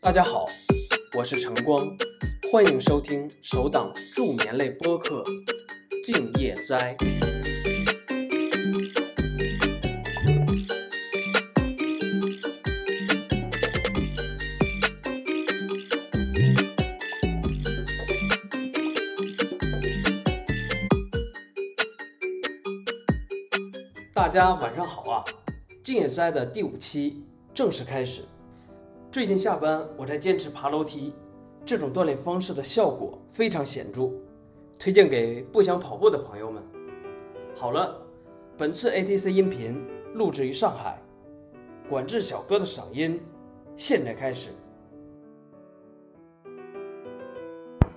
大家好，我是晨光，欢迎收听首档助眠类播客《静夜斋》。大家晚上好啊！《静夜斋》的第五期正式开始。最近下班我在坚持爬楼梯，这种锻炼方式的效果非常显著，推荐给不想跑步的朋友们。好了，本次 ATC 音频录制于上海，管制小哥的嗓音，现在开始。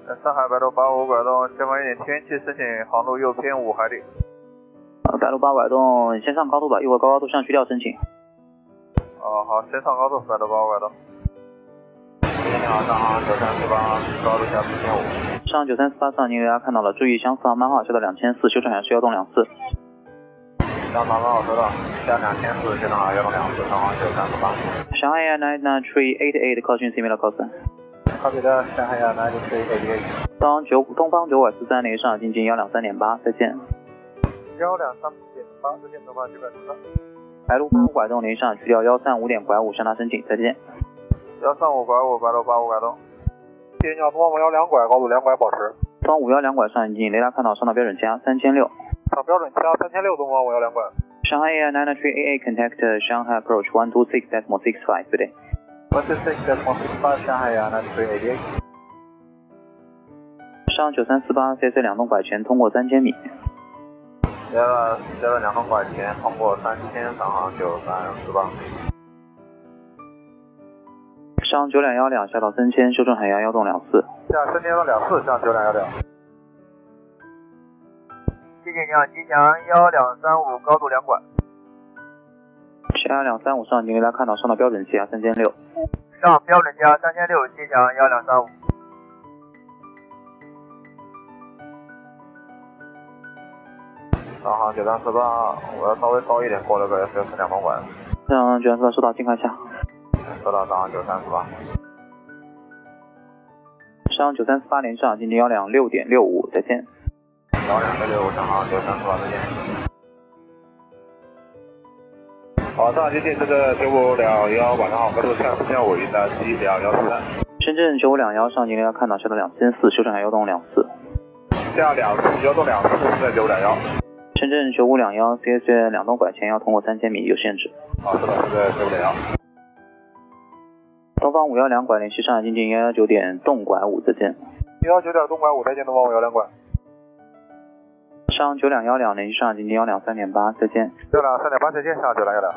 呃上海白鹭八五拐动，前方一点天气申请航路右偏五海里。呃，白鹭八拐洞，先上高度吧，一会儿高高度上去调申请。哦，好，先上高度，白鹭八五拐动。你好，上航九三四八，高度下四千五。上九三四八上您 VR 看到了，注意相似航班号下到两千四，修正海需要动两次。上航班我收到，下两千四，下航幺零两四，上航九三四八。上 Air nine nine three eight eight 靠近 similar coast，好，给的，上海亚那就是一个一个东九东方九拐四三零上海进近幺两三点八，再见。幺两三点八，四千多八九百多三。白鹭八五拐洞零上海去掉幺三五点拐五向他申请，再见。幺三五拐五，白鹭八五拐动。电鸟通往幺两拐，高度两拐保持。东五幺两拐上引进雷达看到上到标准加三千六。上标准加三千六，东方五幺两拐。上海 Air nine nine three eight eight contact Shanghai approach one two six decimal six five today。 One two six at one six five，上海亚那就是 A D。上九三四八 CC 两栋拐前通过三千米。接了接了两万块钱，通过三千上行九三四八，上九两幺两下到三千，修正海洋幺栋两四。下三千到两四，下九两幺两。机警量机强幺两三五，高度两管。下幺两三五上行，大家看到上到标准气压三千六，上标准价三千六，机强幺两三五。上行九三四八，我要稍微高一点过了个 S S 两万管，让卷色收到，尽快下。收到上行九三四八。上九三四八零上进近幺两六点六五，再见。幺两六六，上行九三四八，再见。好，上海经济这个九五两幺，晚上好，高度下四千五，云南西两幺四三，深圳九五两幺上进大家看到下到两千四，修正海幺栋两四。下两四幺栋两四，在九五两幺。深圳九五两幺 CSJ 两栋拐前要通过三千米，有限制。好，收到，这个九五两幺。东方五幺两拐联系上海进近幺幺九点栋拐五，再见。幺九点东莞五，再见东方五幺两馆。上九两幺两联系上海进近幺两三点八，再见。幺两三点八，再见，上九两幺两。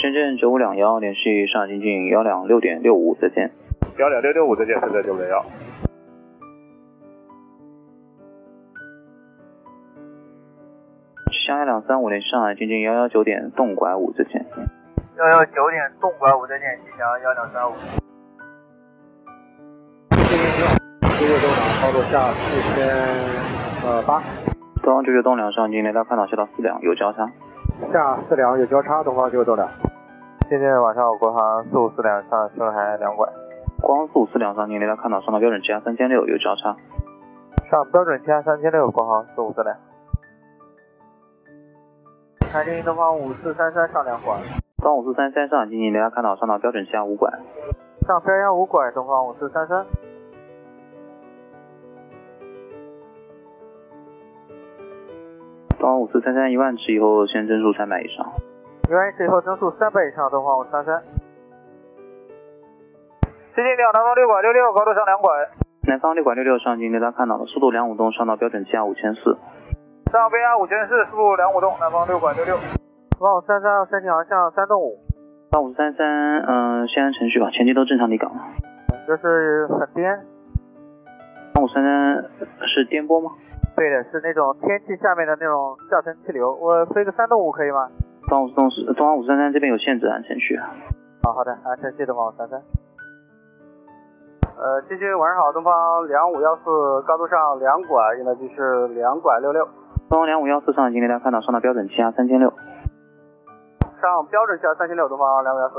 深圳九五两幺联系上海进近幺两六点六五，再见。幺两六六五，再见，深圳九五两幺。香幺两三五联系上海进近幺幺九点栋拐五，再见。幺幺九点东拐五再见，吉祥啊幺两三五。这个东南操作下四千呃八，东方九九栋梁上经雷达看到下到四两，有交叉。下四两有交叉，东方九九两。今天晚上我国航四五四两上青海两拐，光速四两上经雷达看到上到标准气压三千六，有交叉。上标准价三千六，国航四五四两。南京东方五四三三上两拐，东五四三三上经雷达看到上到标准气压五拐。上标幺五拐，东方五四三三。东方五四三三一万次以后先增速三百以上。原来是以后增速三倍以上，东方五三三。接近两南方六拐六六，高度上两拐，南方六拐六六上经雷达看到了速度两五栋上到标准气压五千四。上 VR 五千四，速度两五栋，南方六拐六六。东方三三申请航向三栋五，东五四三三，嗯，先按程序吧，前期都正常离港了。就是很颠，东五三三是颠簸吗？对的，是那种天气下面的那种下沉气流。我飞个三栋五可以吗？东五四东东方五三三这边有限制按程序。啊好好的，啊安全系东方三三。呃，继续，晚上好，东方两五幺四，高度上两拐，现在就是两拐六六。东方两五幺四上经雷达看到啊上到标准气压三千六。上标准价三千六，东方两五幺四。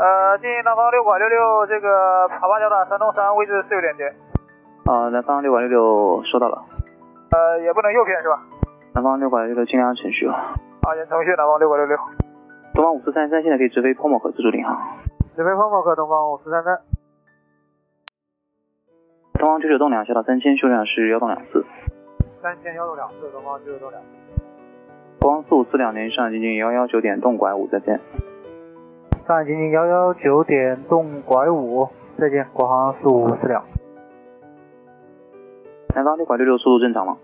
呃，进南方六拐六六这个爬坝脚打山洞山位置是有连接，呃，南方六拐六六收到了，呃，也不能右偏是吧？南方六拐六六尽量程序哦。啊，沿程序南方六拐六六，东方五四三三现在可以直飞 POMO 和自助领航，直飞泡沫克东方五四三三，东方九九栋梁下到三千，修正是幺栋两四，三千幺六两四，东方九九六两。东方四五四两连上进近幺幺九点动拐五再见，上海经济幺幺九点动拐五，再见，国航四五四两。南方六拐六六速度正常吗？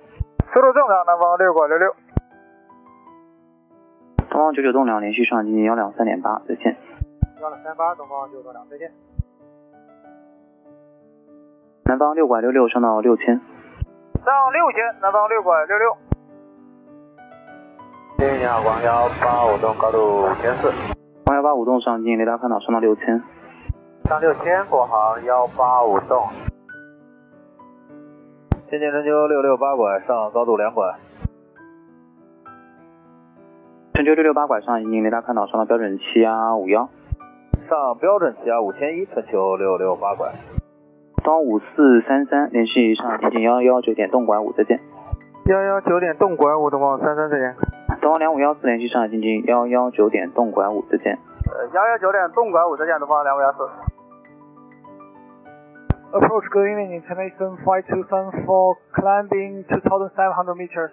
速度正常，南方六拐六六。东方九九栋梁连续上海经济幺两三点八再见，幺两三八，东方九九两，再见。南方六拐六六上到六千，上六千，南方六拐六六。你好，广幺八五栋高度五千四。幺幺八五栋上进雷达看到上到六千，上六千，国航幺八五栋。天津春秋六六八拐上高度两拐，春秋六六八拐上进雷达看到上到标准七幺五幺，上标准气压五千一，春秋六六八拐。东方五四三三连续上海经济幺幺九点动拐五再见，幺幺九点动拐五，东方三三再见。东方两五幺四连续上海经济幺幺九点动拐五再见，呃，幺幺九点动拐五再见，东方两五幺四。Approach good evening, information 5274, climbing 2,500 meters.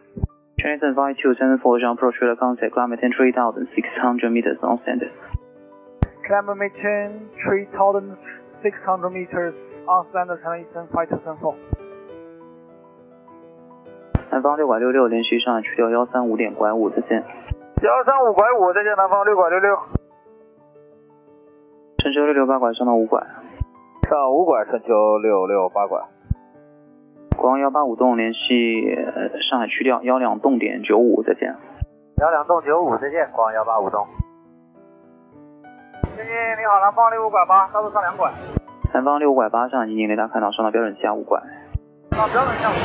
Chinese and flight two seven four Jean approach with a contact climb at three thousand six hundred meters on standard. Climb mission 3,600 meters on standard Chinese 5274. 南方六拐六六连续上海去掉幺三五点拐五再见，幺三五拐五，再见南方六拐六六。春秋六六八拐上到五拐，上五拐，春秋六六八拐。国航幺八五栋联系呃上海去掉幺两栋点九五再见，幺两栋九五，再见，光幺八五栋。天津你好，南方六五拐八，高速上两拐，南方六五拐八上海经济雷达看到上到标准气啊压五拐，上标准项目。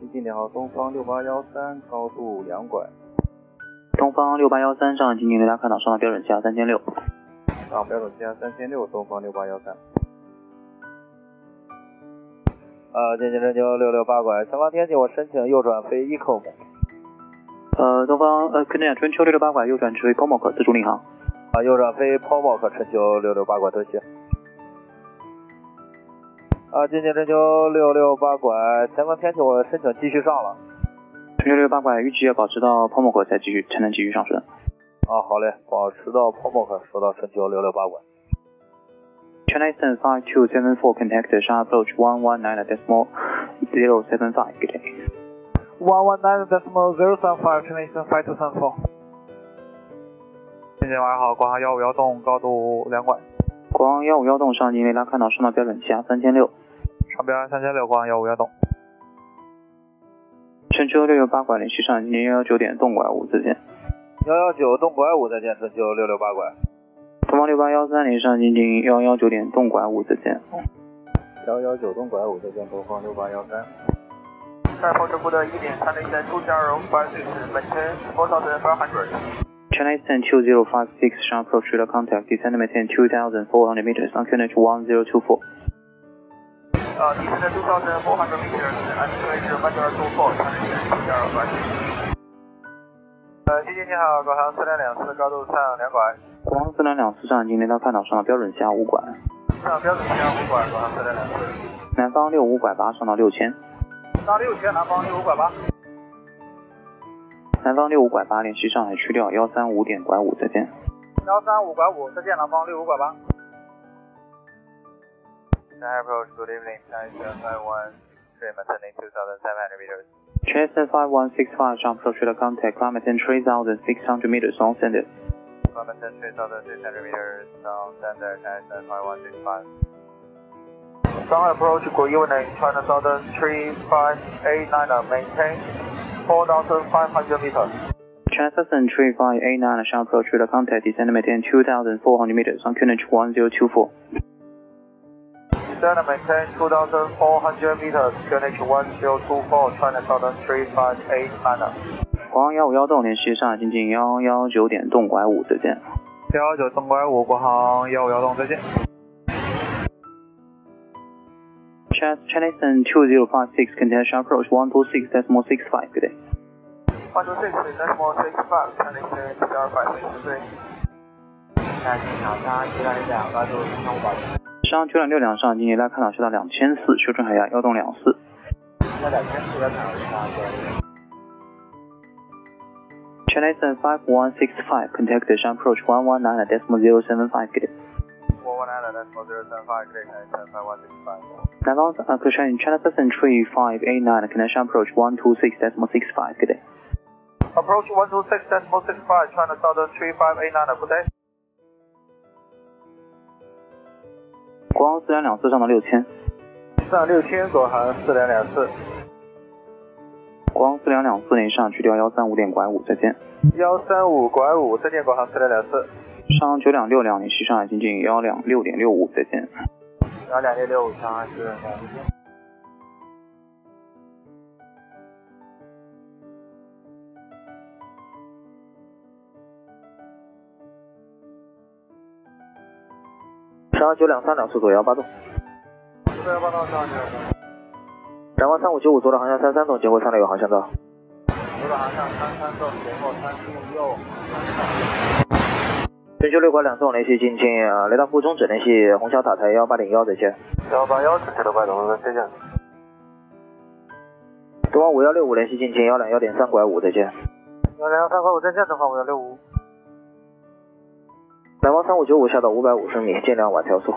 最近你好，东方六八幺三，高度两拐，东方六八幺三上海经济雷达看到上到标准气压三千六，上啊标准气压三千六，东方六八幺三。呃，天津针灸六六八拐，前方天气，我申请右转飞 ECOM，呃东方呃跟那样春秋六六八拐右转直飞 POMOC 自主领航，啊，右转飞 POMOC 春秋六六八拐蹲行。啊，天津针灸六六八拐，前方天气，我申请继续上了。春秋六六八拐预计要保持到 POMOC 才继续才能继续上升，啊，好嘞，保持到 POMOC，收到春秋六六八拐。 China Eastern 5274 contact Shanghai approach 119 decimal 075. Good day. One one nine decimal zero seven five, Chinese five two seven four。天津晚上好，国航幺五幺栋，高度两拐，国航幺五幺栋上经雷达看到上到标准气压三千六，上标三千六，国航幺五幺栋。春秋六六八拐连续上经幺幺九点动拐五自见。幺幺九动拐五，再见，春秋六六八拐。东方六八幺三零上经经幺幺九点动拐五自见。幺幺九东拐五，再见，东方六八幺三。在风车部的一点三零三，two zero five six, maintain four thousand five hundred。 China Eastern 2056 Shanghai approach radar contact descend maintain 2400 meters on QNH 1024. 呃，你现在 two thousand four hundred meters, acceleration one zero two four, Chinese two zero five six。呃，谢谢你好，国航四零两四，高度上两拐，国航四零两四上经雷达看到上到标准气压五拐，上标准气压五拐，国航四零两四。南方六五拐八上到六千，上六千，南方六五拐八。南方六五拐八连续上海去掉幺三五点拐五再见。幺三五拐五，再见，南方六五拐八。China approach, good evening, China five one three, maintaining two thousand seven hundred meters. Chester 5165 Jump approach radar contact climb at 3600 meters on standard. Momentum three thousand six hundred meters, down standard China five one six five. Sun approach, good evening, China southern three five eight nine, maintain four thousand five hundred meters. Chester 3589 Jump approach radar contact descend maintain 2400 meters on QNH 1024. Descend maintain two thousand four hundred meters, QNH one zero two four, China southern three five eight nine. 国航幺五幺到联系上海经济幺幺九点动拐五，再见。幺幺九东拐五，国航幺五幺栋，再见。 Chinese 2056 contestation approach 126.65, good day. One two six three decimal six five, turning to two zero five six three. 那机场三七零两高度七千五百米，上九两六两上经济拉开档修到两千四，修正海压幺栋两四。那两千四百米上九零。 Chinese 5165 contestation approach 119.075, good day. Four one nine decimal zero seven five, great nine seven five one six five. 南方呃，可选 China Person 3589 connection approach 126.65, good day. Approach one two six decimal six five, China Southern three five eight nine, good day. 国航四两两四上到六千，上六千，国航四零两四，国航四两两四零上去掉幺三五点拐五，再见。幺三五拐五，再见，国航四零两四，上九两六两联系上海经济幺两六点六五，再见。幺两六六五上海四零两四。上海九两三两速左幺八栋，四幺八到上海九南方三五九五左转航向三三栋，结果三六有航向道。左转航向三三栋，前后三五六。全球六拐两栋联系进近呃雷达服务终止，联系虹桥塔台幺八零幺，再见。幺八幺四六八零，再见。东方五幺六五联系进近幺两幺点三拐五，再见。幺零幺三拐五，再见，东方五幺六五。南方三五九五下到五百五十米，尽量晚调速。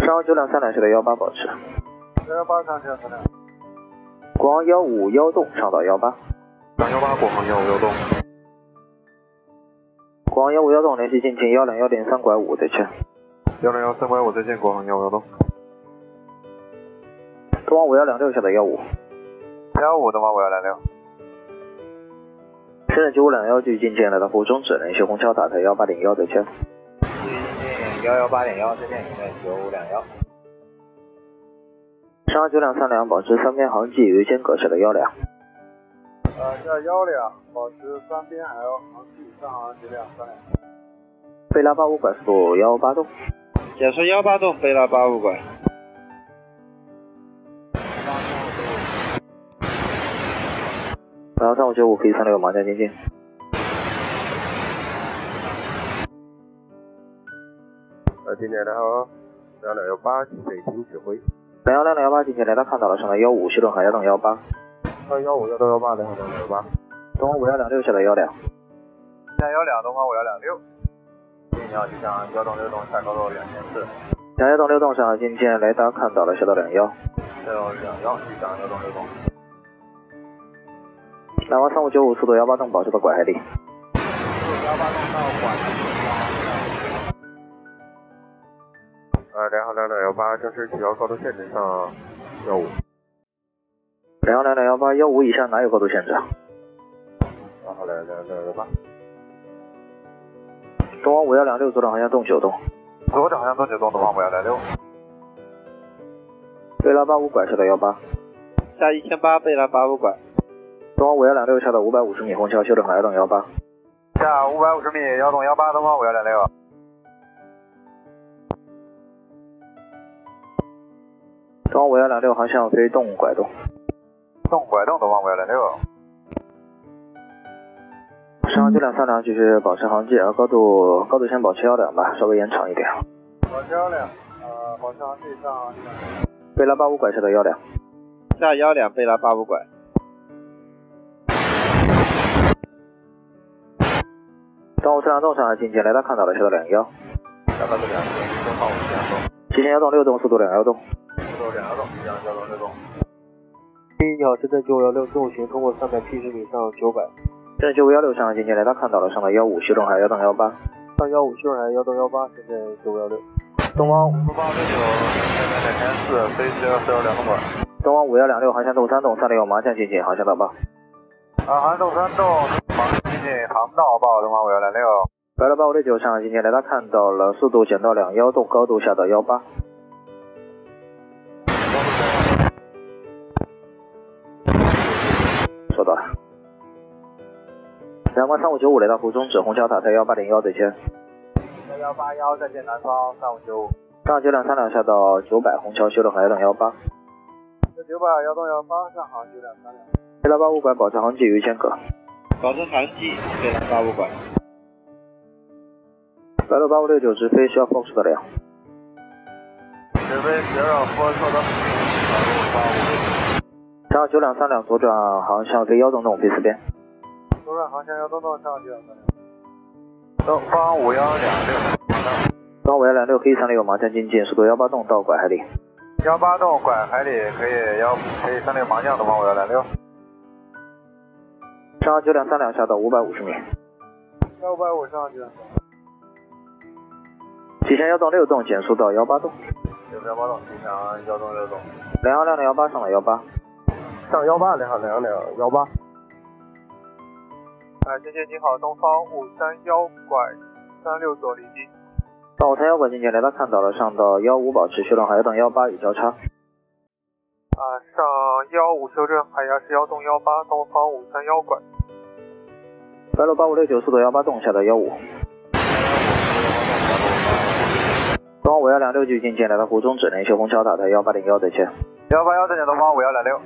上海九两三两下到幺八保持，幺幺八上海四零，国航幺五幺栋上到幺八，两幺八国航幺五幺栋，国航幺五幺栋联系进近幺两幺点三拐五，再见。幺零幺三拐五，再见，国航幺五幺栋。东方五幺两六下到幺五，幺五东方五幺零六，深圳九五两幺继续进近来到服务终止，联系虹桥塔台幺八零幺，再见。继续进近幺幺八点幺，再见，前面九五两幺。上海九两三两保持三边航迹与间隔下到幺两。呃，下幺两，保持三边 L 航迹，上航九两三两。贝拉八五拐速幺八栋，减速幺八栋，贝拉八五拐。然后三五九五可以三六马上接近。呃，今年的和幺两幺八北京指挥，两幺两两幺八进近来到看到了，上到幺五，西顿海幺栋幺八，幺幺五幺六幺八零两幺八，东方五幺两六下到幺两。下幺两东方五幺两六，进鸟机上幺栋六栋下高度两千四，两幺栋六栋上海进近雷达看到了，下到两幺。六两幺机上幺栋六栋，南方三五九五速度幺八栋保持到拐海里。幺八栋到管。呃，联航两两幺八正式取消高度限制上幺五，两幺两两幺八幺五以下哪有高度限制？啊然后两两两幺八，东方五幺两六左转航向动九栋，左转向东九栋东方五幺零六，贝拉八五拐下到幺八，下一千八，贝拉八五拐。东方五幺两六下到五百五十米虹桥修正海幺栋幺八，下五百五十米幺栋幺八东方五幺零六，东方五幺两六航向飞动拐动。动拐动东方五幺零六，上九两三两继续保持航迹，啊，高度高度先保持幺两吧，稍微延长一点。保持幺两，呃，保持航迹上贝拉八五拐下到幺两。下幺两，贝拉八五拐。东五四两栋上海进近，雷达看到了，下到两幺。下高度两千，东方五幺零六。极限幺栋六栋，速度两幺栋。六两幺栋，两幺栋六栋。一小时的九幺六重巡通过三百七十米上九百，深圳九五幺六上海进近，雷达看到了，上到幺五，修正海幺栋幺八。上幺五秀海幺栋幺八，现在九幺六。东方东方六九，两千四，飞机四幺两管。东方五幺两六航向动三栋三零幺麻将进近，航向到八。啊，航动三栋，航进近航道报，东方五幺零六。白了八五六九上海进近，雷达看到了，速度减到两幺栋，高度下到幺八。收到了。阳光三五九五来到湖中指虹桥塔台幺八零幺对接，幺幺八幺再见南方三五九五，上九两三两下到九百虹桥修路海等幺八，九百幺洞幺八上航九两三两，黑拉八五馆保持航距于间隔，保证航迹，飞到八五馆。白鹭八五六九直飞需要 Fox 的两，指挥 zero four 收到，上九两三两左转航向飞幺洞洞飞四边，左转航线幺洞洞上九两三两，东方五幺两六，东纬两六黑三六麻将进近，速度幺八洞到拐海里，幺八洞拐海里可以幺可以三六麻将东方五幺两六，上九两三两下到五百五十米，幺百五上九两三两。极限幺洞六洞减速到幺八洞，九幺八洞，机场幺洞六洞，两幺两零幺八上了幺八，上幺八零号两两幺八。啊哎，先生你好，东方五三幺拐三六左离机，到五三幺拐进近雷达看到了，上到幺五保持续浪海幺洞幺八与交叉，啊，上幺五修正海牙是幺洞幺八，东方五三幺拐，白鹭八五六九速度幺八洞下到幺五，东方五幺两六距进近来到湖中指能修虹桥塔台幺八零幺对接，幺八幺再见东方五幺两六，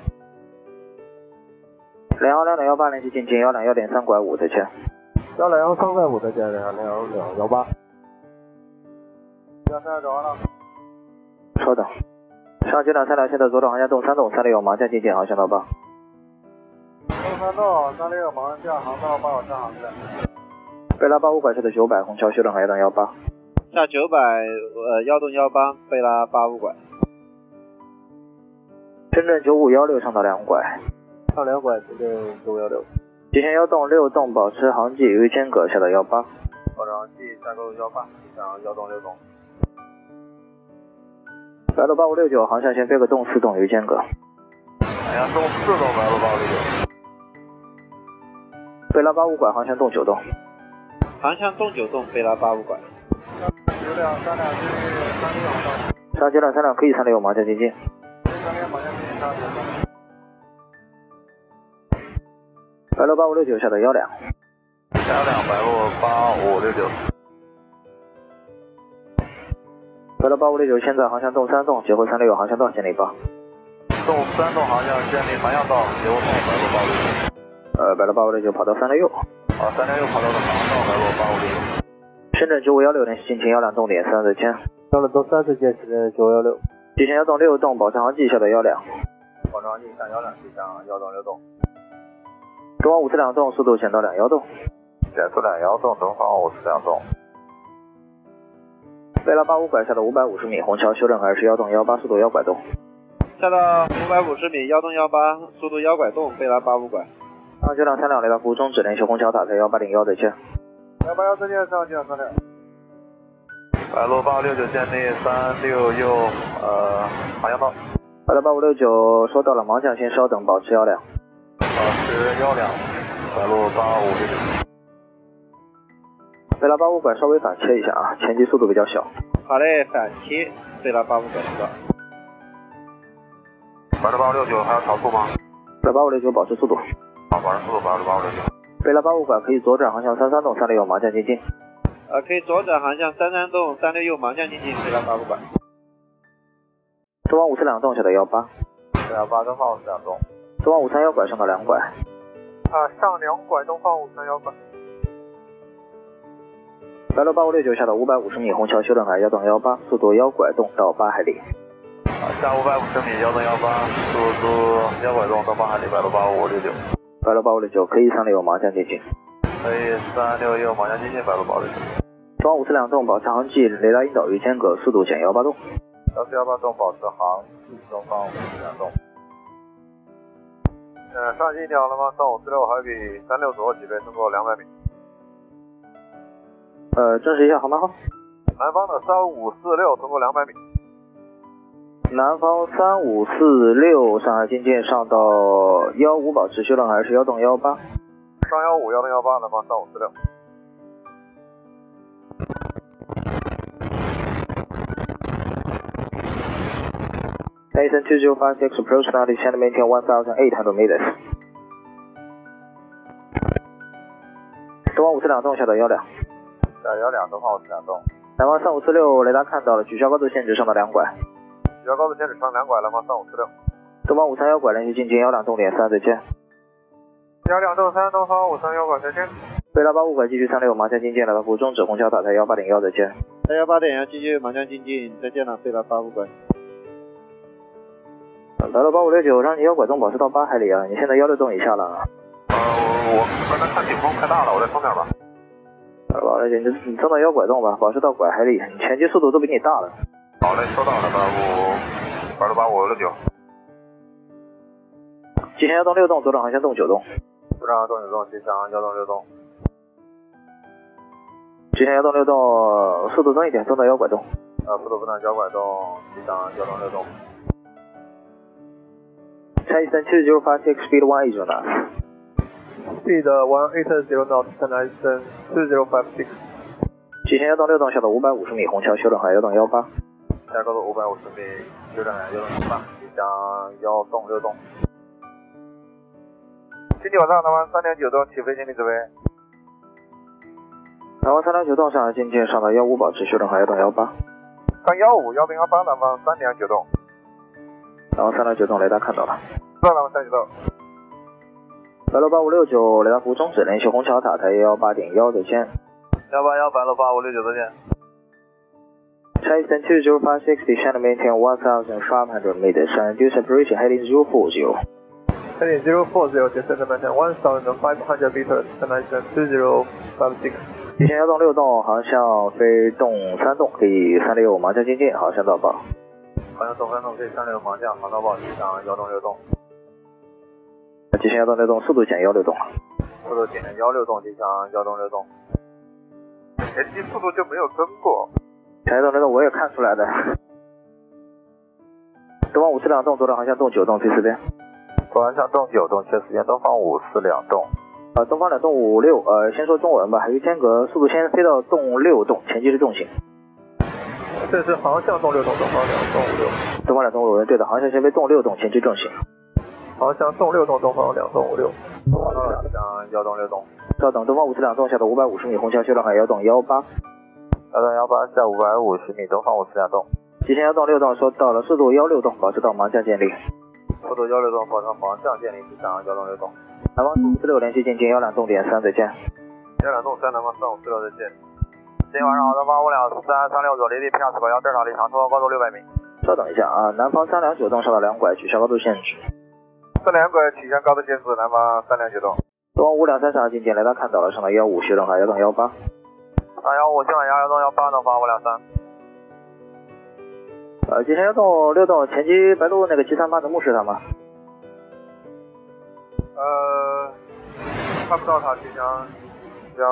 两幺两零幺八连续进近幺两幺零三拐五对接，幺两幺三百五再见两两两幺八，幺三幺找完了，稍等，上九两三两现在左转航向洞三洞三六麻将进近航向到八，东三洞三六马上下航道八五上航去了，贝拉八五拐下的九百虹桥修正海幺洞幺八，下九百呃幺洞幺八，贝拉八五馆。深圳九五幺六上到两拐，上两拐深圳九幺六，极限幺洞六洞保持航迹于间隔下到幺八，保障 G 下沟幺八，机场幺洞六洞。白鹭八五六九航向先飞个洞四洞于间隔，海洋洞哎四栋白鹭八五六，贝拉八五拐航向洞九洞，航向东九洞，贝拉八五馆。九两三两是三六航道，上九两三两可以三六麻将进近，三六马上进上九洞，白鹭八五六九下到幺两，幺两白鹭八五六九，白鹭八五六九现在航向洞三洞，结合三六航向道建立八，洞三栋航向建立航向道，九洞白鹭八五六，呃，白鹭八五六九跑到三六右，啊三六又跑到了航道白鹭八五六。深圳九五幺六联系进近幺两洞点三对接，到了东三次见深圳九幺六，极限幺洞六洞保持航迹下到幺两，广州进上幺两机场幺洞六洞，东方五四两洞速度减到两幺洞，减速两幺洞东方五四两洞，贝拉八五拐下到五百五十米，虹桥修正海是幺洞幺八速度幺拐洞。下到五百五十米，幺洞幺八，速度幺拐洞，贝拉八五馆。上九两三两雷达湖中指联系虹桥塔台幺八零幺对接，幺八幺再见上机场三六，白鹭八五六九建立三六右呃航向道，好的八五六九收到了，盲向先稍等，保持幺两。保持幺两，白鹭八五六九，贝拉八五拐稍微反切一下啊，前期速度比较小。好嘞，反切，贝拉八五馆知道。白鹭八五六九还要调速吗？贝拉八五六九保持速度。好，保持速度白鹭八五六九，贝拉八五拐可以左转航向三三洞三六右盲向接近。呃，可以左转航向三三洞，三六右盲向进近，贝拉八五馆。东方五四两洞下的幺八，对啊，八东方五四两洞，东方五三幺拐上到两拐，啊上两拐东方五三幺拐。白鹭八五六九下到五百五十米，虹桥修正海幺洞幺八，速度幺拐洞到八海里。啊，下五百五十米，幺零幺八，速度幺拐洞到八海里，百六八五六九，白鹭八五六九可以三六右盲向接近。可以三六右马上接近百六八六九，东方五四两洞保持航迹，雷达引导于间隔，速度减幺八洞。幺四幺八洞保持航，东方五四两洞。呃，上机一条了吗？三五四六还比三六左右几倍，通过两百米。呃，证实一下航班号，南方的三五四六通过两百米，南方三五四六上海进近上到幺五保持修正海是幺洞幺八。上幺五幺零幺八南方三五四六。 Nathan 2056 approach now descend maintain 1,800 meters. 五四两栋，小岛幺两。小幺两东方五四两栋，南方三五四六，雷达看到了，取消高度限制，上到两拐。比较高的限制上两拐，南方三五四六。东方五三幺拐，连续进京幺两动点三，再见。幺两栋三，东方五三幺拐，再呃见。北拉八五拐，继续三六，麻将进界，来到浦终止，虹桥塔台幺八零幺，再见。大家八点要继续麻将进进，再见了，贝拉八五拐。来嗯到八五六九，让你幺拐东保是到八海里啊，你现在幺六栋以下了。啊呃，我我刚才看顶风太大了，我再冲点吧。来吧，二姐，你你正到幺拐洞吧，保持到拐海里，你前期速度都比你大了。好嘞，收到了，八五八六八五六九，极限幺洞六洞，左转航向洞九洞，不让动九动，吉祥幺洞六洞，极限幺洞六洞，速度增一点，增到幺拐洞。呃，不得不能小拐动，吉祥幺洞六洞， Chinese 三七十九发 take speed one eight 九呢。 speed one eight zero knot, ten nine two zero five six，极限幺洞六洞，小到五百五十米，虹桥修整海幺洞幺八。下高度五百五十米，九两幺洞七八，吉祥幺洞六洞。今天晚上咱们三点九洞起飞，请你指挥。南方三零九洞上海进界，上到幺五保持修整海幺洞幺八。三幺五幺零幺八，南方三点九洞，南方三零九洞雷达看到了。到咱们三九洞。白六八五六九雷达服务终止，联系虹桥塔台幺八点幺，再见。幺八幺白六八五六九，再见。 Chinese 三七十九发 sixty, China maintain one thousand five hundred meters and due separation heading zero four zero。 Heading zero four zero, descent dimension one thousand five hundred meters, dimension two zero five six. 极限幺洞六洞航向飞动三洞，可以三六麻将精进，航向到宝。好像东三洞可以三六盲降，航道报机上幺洞六洞，极限幺洞六洞速度减幺六洞。啊速度减幺六洞，机上幺洞六洞。前期速度就没有跟过，前一栋那栋我也看出来的。东方五四两栋，左转航向洞九栋最四边。左南向洞九洞缺时间，东方五四两洞。呃，东方两栋五六，呃，先说中文吧，于间隔速度先飞到洞六栋，前期是重型。这是航向洞六洞，东方两洞五六。东方两栋五六，对的，航向先飞洞六栋，前期重型。航向洞六洞，东方两洞五六。东方两向幺洞六洞。稍等，东方五四两栋下的五百五十米，虹桥修道海幺洞幺八。幺洞幺八下五百五十米，东方五四两洞。极限幺洞六栋说到了，速度幺六栋，保持到盲降建立。速度幺六洞，保持方向建立机场幺洞六洞。南方四六连续进京幺两重点三，再见。幺两洞三南方三五四六再见。今天晚上好，东方五两三三六左离地 P 二四八幺，正常离长拖高度六百米。稍等一下啊，南方三两九栋上到两拐，取消高度限制。四两拐取向高度限制，南方三两九洞。东方五两三上进京，雷达看到了，上到幺五修正海幺洞幺八。三幺五今晚幺幺洞幺八，东方五两三。呃，极限幺洞六栋前期白鹭那个七三八能目视它吗？呃，看不到它，机枪幺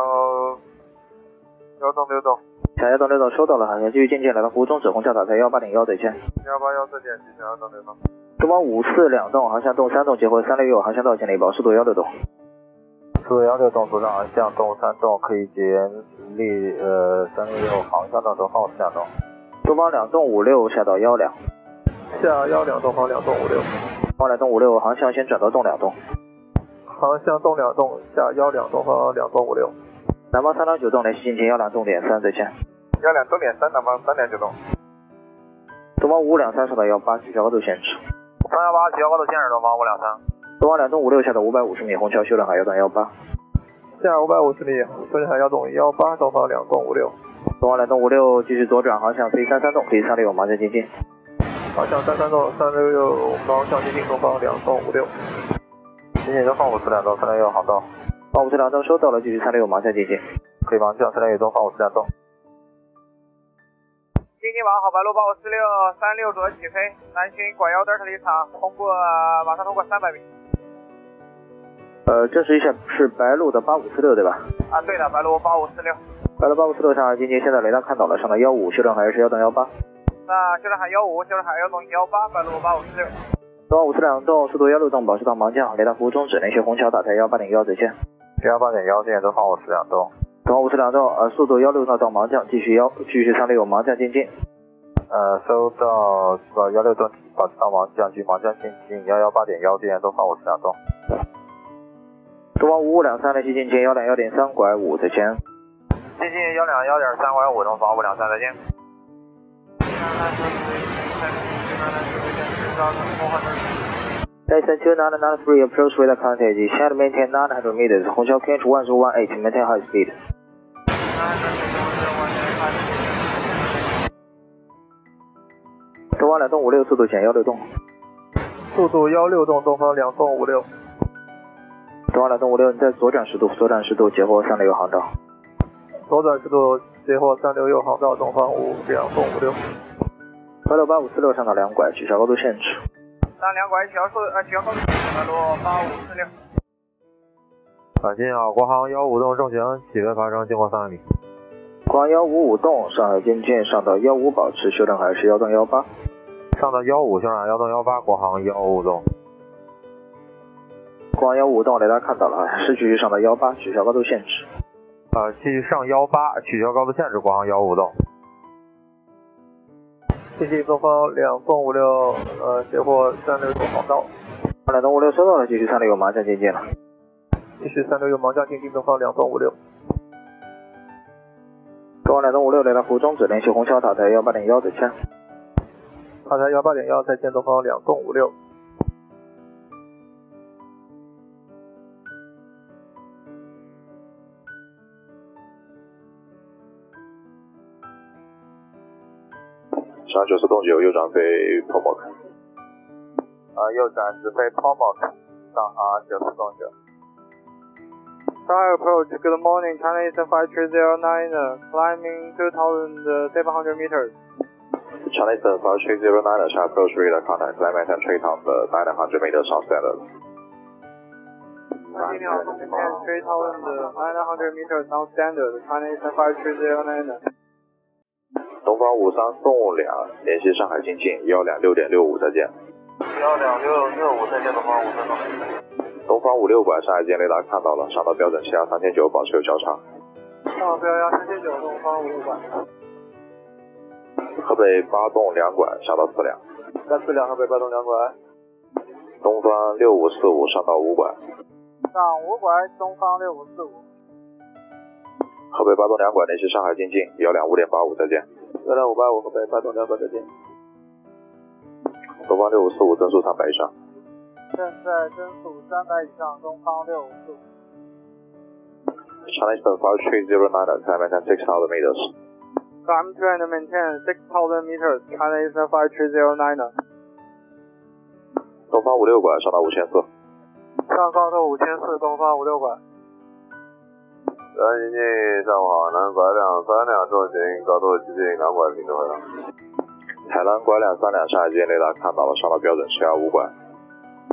幺洞六洞前幺洞六栋收到了，航线继续进界，来到湖中指虹桥塔台幺八零幺，再见。幺八幺四点，机枪幺洞六洞。东方五四两栋航向洞三栋结合三六六航向道建立保速度幺六栋。四幺六洞左转航向洞三洞可以减力呃三六六航向洞东方五四两洞。东方两栋五六下到幺两，下幺两洞方两洞五六，东方两栋五六航向先转到洞两栋。航向洞两洞下幺两洞方两洞五六。南方三两九栋联系进京幺两重点三，再见。幺两东点三南方三点九洞。东方五两三上到幺八取消高度限制。三幺八取消高度限制，东方五两三。东方两栋五六下到五百五十米虹桥修正海幺段幺八。下五百五十米，东海幺洞幺八东方两洞五六。东方两栋五六继续左转航向飞三三栋，可以三六麻将进进。航向三三洞三六六方向接近东方两洞五六。今天东方五四两洞三六六航道，八五四两栋收到了，继续三六麻将进进。可以盲向三六六东方五四两洞。今天晚上好，白路八五四六三六左起飞，南巡拐幺德尔塔离场，通过马上通过三百米。呃，证实一下是白鹭的八五四六对吧？啊，对的，白路八五四六，白鹭八五四六上海进京，现在雷达看到了，上到幺五修正海是幺等幺八。那就是喊幺五，就是喊幺零幺八，白路八五四六。东方五四两栋速度幺六栋保持到盲降，雷达服务终止，连续虹桥打台幺八零幺再见。幺八点幺现在东方五四两洞，东方五四两栋呃速度幺六栋到盲降，继续幺继续三六盲降进进。呃，收到呃幺六洞保持到盲降距，盲降进近幺幺八点幺现在东方五四两洞。东方五五两三联系进前幺两幺点三拐五，再见。接近幺两幺点三拐五，东方五两三，再见。 License 2993 approach radar contact. Shall maintain 900 meters. Hongqiao Catch 1018, maintain high speed. Nine 东方两栋五六，速度减幺六栋。速度幺六栋，东方两栋五六。东方两栋五六，你在左转十度，左转十度，截获三六右航道。左转十度，截获三六右航道，东方五两栋五六。幺六八五四六上岛两拐，取消高度限制。两拐取消速呃取消高度，路八五四六。返进啊，国航幺五栋正行，起飞爬升，经过三百米。广幺五五栋，上海边界上岛幺五，保持修正海是幺栋幺八。上到幺五，修上幺栋幺八，国航幺五栋。广幺五栋雷达看到了，市区上岛幺八，取消高度限制。呃，继上幺八，取消高度限制，国航幺五栋。谢谢东方两栋五六，呃，截获三六栋航道，两栋五六收到了，继续三六右麻将进近了。继续三六右盲降进近东方两栋五六，东方两栋五六雷达湖终止，联系虹桥塔台幺八零幺，再见。塔台幺八点幺，再见东方两栋五六。上海九四栋九右转飞 Pomok，呃，右转直飞 Pomok，上航九四栋九。 Star approach, good morning, China Eastern 5309, climbing 2,700 meters. China Eastern 5309 China approach radar contact climb at 3,900 meters on standard。 Continue on maintain 3,900 meters on standard, China Eastern 5309. 东方五三栋两联系上海经济幺两六点六五再见。幺两六六五，再见，东方五三栋。东方五六拐上海间雷达看到了，上到标准气压三千九，保持有交叉。上标幺三七九东方五六馆，河北八栋两拐上到四两。三四两河北八栋两拐。东方六五四五上到五拐。上五馆东方六五四五，河北八栋两拐联系上海经济幺两五点八五再见。幺两五八五，河北八栋两拐，再见。东方六五四五增速三百以上。正在增速三百以上东方六五四五。 China Eastern 5309 climb at 6,000 meters. Climb train maintain 6,000 meters, China Eastern 5309. 东方五六拐上到五千四。上高度五千四东方五六馆，南京上往南拐两三两重型，高度接近两拐零度回廊。海南拐两三两上海间雷达看到了，上到标准气压五拐。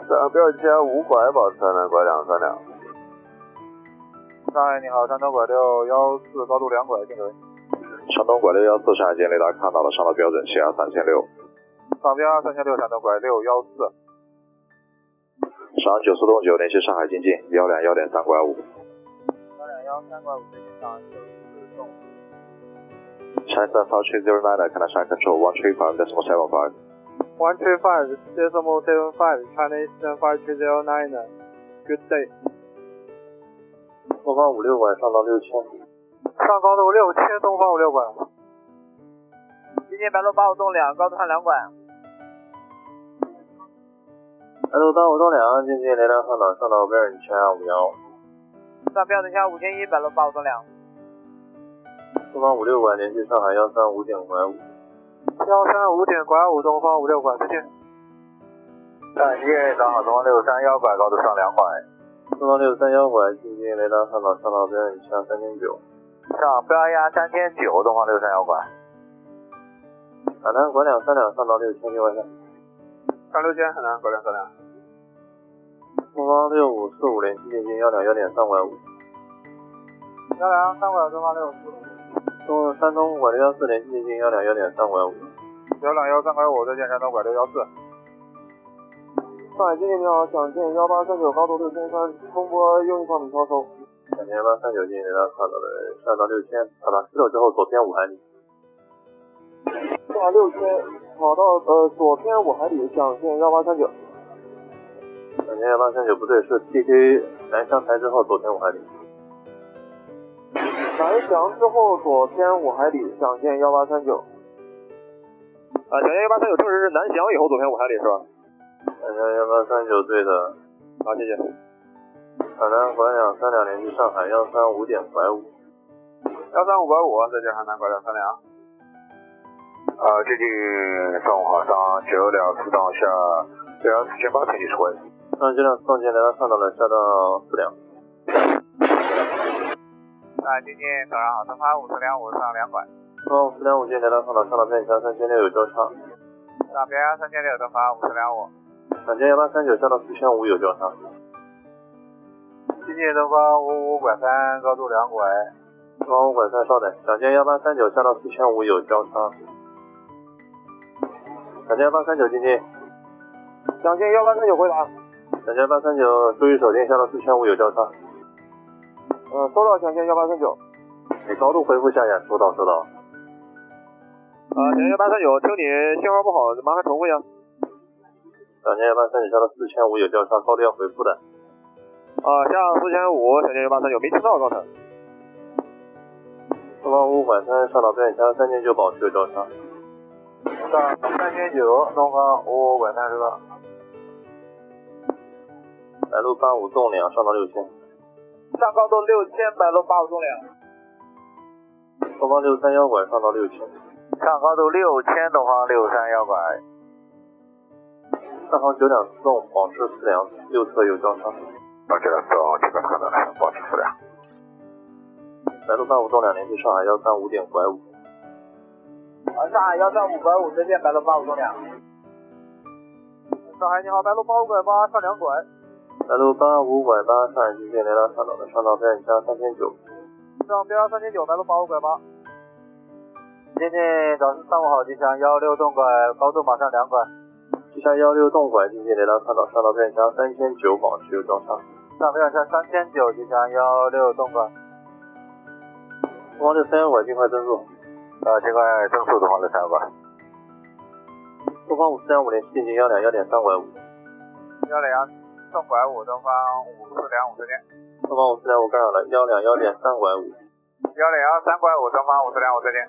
上标准气压五拐，保持三两拐两三两。上海你好，山东拐六幺四，高度两拐，定准。山东拐六幺四上海间雷达看到了，上到标准气压三千六。上标三千六，山东拐六幺四。上海九四栋九联系上海经济幺两幺点三拐五。幺两幺三拐五最近上九四栋。 China Eastern 5309 can I control 135.75. One three five decimal seven five China Eastern five three zero nine. uh, Good day. 东方五六拐上到六千。上高度六千东方五六馆。今天白鹭八五栋两，高度看两馆。南路八五栋两，进近雷达看到，上到标准气压五幺。上标准下五千一，白鹭八五栋两。东方五六拐联系上海幺三五点拐五。幺三五点拐五东方五六馆，再见。感谢导航东方六三幺拐，高度上两拐。东方六三幺拐，进近雷达看到，上到标准气压三千九。上标压三千九，东方六三幺拐。海南拐啊两三两，上到六千六万三。上六千很难，拐两三两。东方六五四五联系进近幺两幺点三拐五。幺两幺三拐东方六五四五。东山东拐六幺四联系进近幺两幺点三拐五。幺两幺三拐五，再见山东拐六幺四。上海经济你好，想见幺八三九高度六千三，通波 Uniform 超收。两千八三九进雷达看到了，上到六千，到达十六之后左偏五海里。下六千，跑到呃左偏五海里，想见幺八三九。两千八三九不对，是 TK 南翔台之后左偏五海里。南翔之后左偏五海里，想见幺八三九。啊，想见幺八三九，正是南翔以后左偏五海里是吧？南翔幺八三九对的。好，谢谢。海南拐两三两联系上海幺三五点拐五。幺三五拐五，再见海南拐两三两。呃，最近上午好，上九两四档下六幺四千八肯定是关系。上九两四档前来到上档了，下到四两。啊，今天早上好，东方五四两五上两拐，上四两五间来到上档，上档偏下三千六有交叉。上边三千六，东方五四两五，两千幺八三九下到四千五有交叉。今天东方五五拐三，高度两拐。啊东方五拐三稍等，两千幺八三九下到四千五有交叉。两千八三九进近，两千幺八三九回呃答。两千八三九注意手电下到四千五有交叉。嗯，收到，两千幺八三九。你哎高度回复下眼，收到收到。啊，两千八三九，听你信号不好，麻烦重啊复一下。两千八三九下到四千五有交叉，高度要回复的。啊，下四千五，两千八三九，没听到刚才。东方五管三上到标点下三千九保持有交叉。上三千九，东方五五拐三十八。白鹭八五纵两上到六千。上高度六千，白鹭八五纵两。东方六三幺拐上到六千。上高度六千，东方六三幺拐。上方九两四纵保持四两，右侧有交叉。上九两四纵这边可能保持四两。白鹭八五纵两连续上海幺三五点拐五。啊，上海幺三五拐五，再见，白鹭八五中两。上海你好，白鹭八五拐八上两拐。白鹭八五拐八上海进近连到上岛的上岛边加三千九。上边三千九，白鹭八五拐八。今天早上上午好，吉祥幺六洞拐，高度马上两拐。吉祥幺六洞拐进近连到上岛上岛边加三千九，保持右交叉。上边加三千九，吉祥幺六洞拐。往这三幺拐尽快增速。啊，尽快增速，东方六三拐。东方五四两五零进行幺两幺点三拐五。幺两正拐五，东方五四两五再见。东方五四两五干扰了，幺两幺点三拐五。幺两幺三拐五，东方五四两五再见。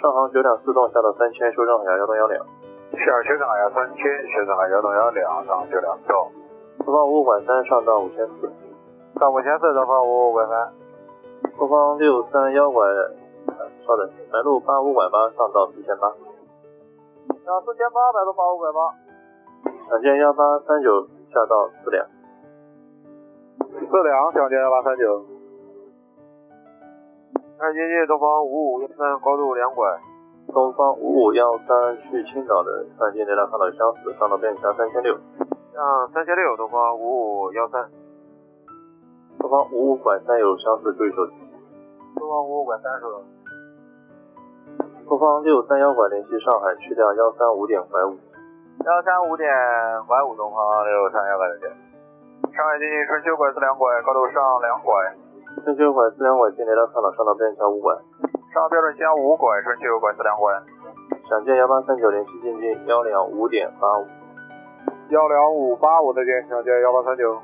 上行九两四栋下到三千，修正海幺幺栋幺两。下修正海幺三千，修正海幺栋幺两，上九两栋。东方五五拐三上到五千四。上五千四，东方五五拐三。东方六三幺拐。呃稍等，白鹭八五拐八上到四千八。啊，四千八，白鹭八五拐八。两千幺八三九下到四两。四两，两千幺八三九。看接近东方五五幺三，高度两拐。东方五五幺三去青岛的上进雷达看到相似，上到边峡三千六。上啊三千六，东方五五幺三。东方五五拐三有相似，注意手机。东方五五拐三是。东方六三幺拐联系上海，去掉幺三五点拐五。幺三五点拐五，东方六三幺拐再见。上海进近春秋拐四两拐，高度上两拐。春秋拐四两拐进雷达看到上到标准线五拐。上标准线五拐，春秋拐四两拐。想见幺八三九联系进近幺两五点八五。幺两五八五再见，想见幺八三九。